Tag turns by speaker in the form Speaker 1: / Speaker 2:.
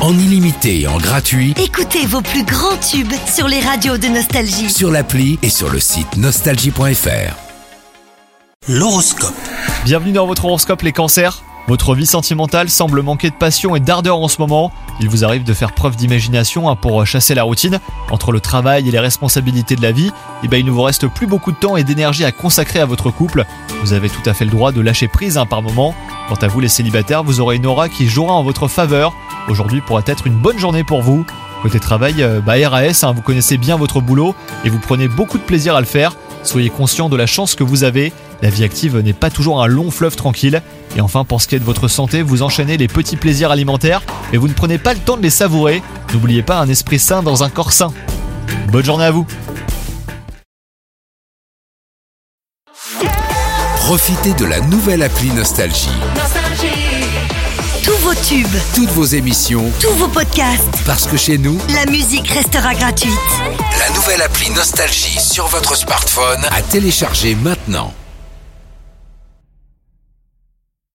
Speaker 1: en illimité et en gratuit
Speaker 2: Écoutez vos plus grands tubes sur les radios de Nostalgie.
Speaker 1: sur l'appli et sur le site nostalgie.fr. L'horoscope.
Speaker 3: Bienvenue dans votre horoscope les cancers. Votre vie sentimentale semble manquer de passion et d'ardeur en ce moment. Il vous arrive de faire preuve d'imagination hein, pour chasser la routine. Entre le travail et les responsabilités de la vie, eh ben, il ne vous reste plus beaucoup de temps et d'énergie à consacrer à votre couple. Vous avez tout à fait le droit de lâcher prise hein, par moment. Quant à vous les célibataires, vous aurez une aura qui jouera en votre faveur. Aujourd'hui pourra être une bonne journée pour vous. Côté travail, euh, bah, RAS, hein, vous connaissez bien votre boulot et vous prenez beaucoup de plaisir à le faire. Soyez conscient de la chance que vous avez. La vie active n'est pas toujours un long fleuve tranquille. Et enfin, pour ce qui est de votre santé, vous enchaînez les petits plaisirs alimentaires, mais vous ne prenez pas le temps de les savourer. N'oubliez pas un esprit sain dans un corps sain. Bonne journée à vous
Speaker 1: Profitez de la nouvelle appli Nostalgie.
Speaker 2: Tous vos tubes,
Speaker 1: Toutes vos émissions,
Speaker 2: tous vos podcasts,
Speaker 1: parce que chez nous,
Speaker 2: la musique restera gratuite.
Speaker 1: la nouvelle appli Nostalgie sur votre smartphone à télécharger maintenant.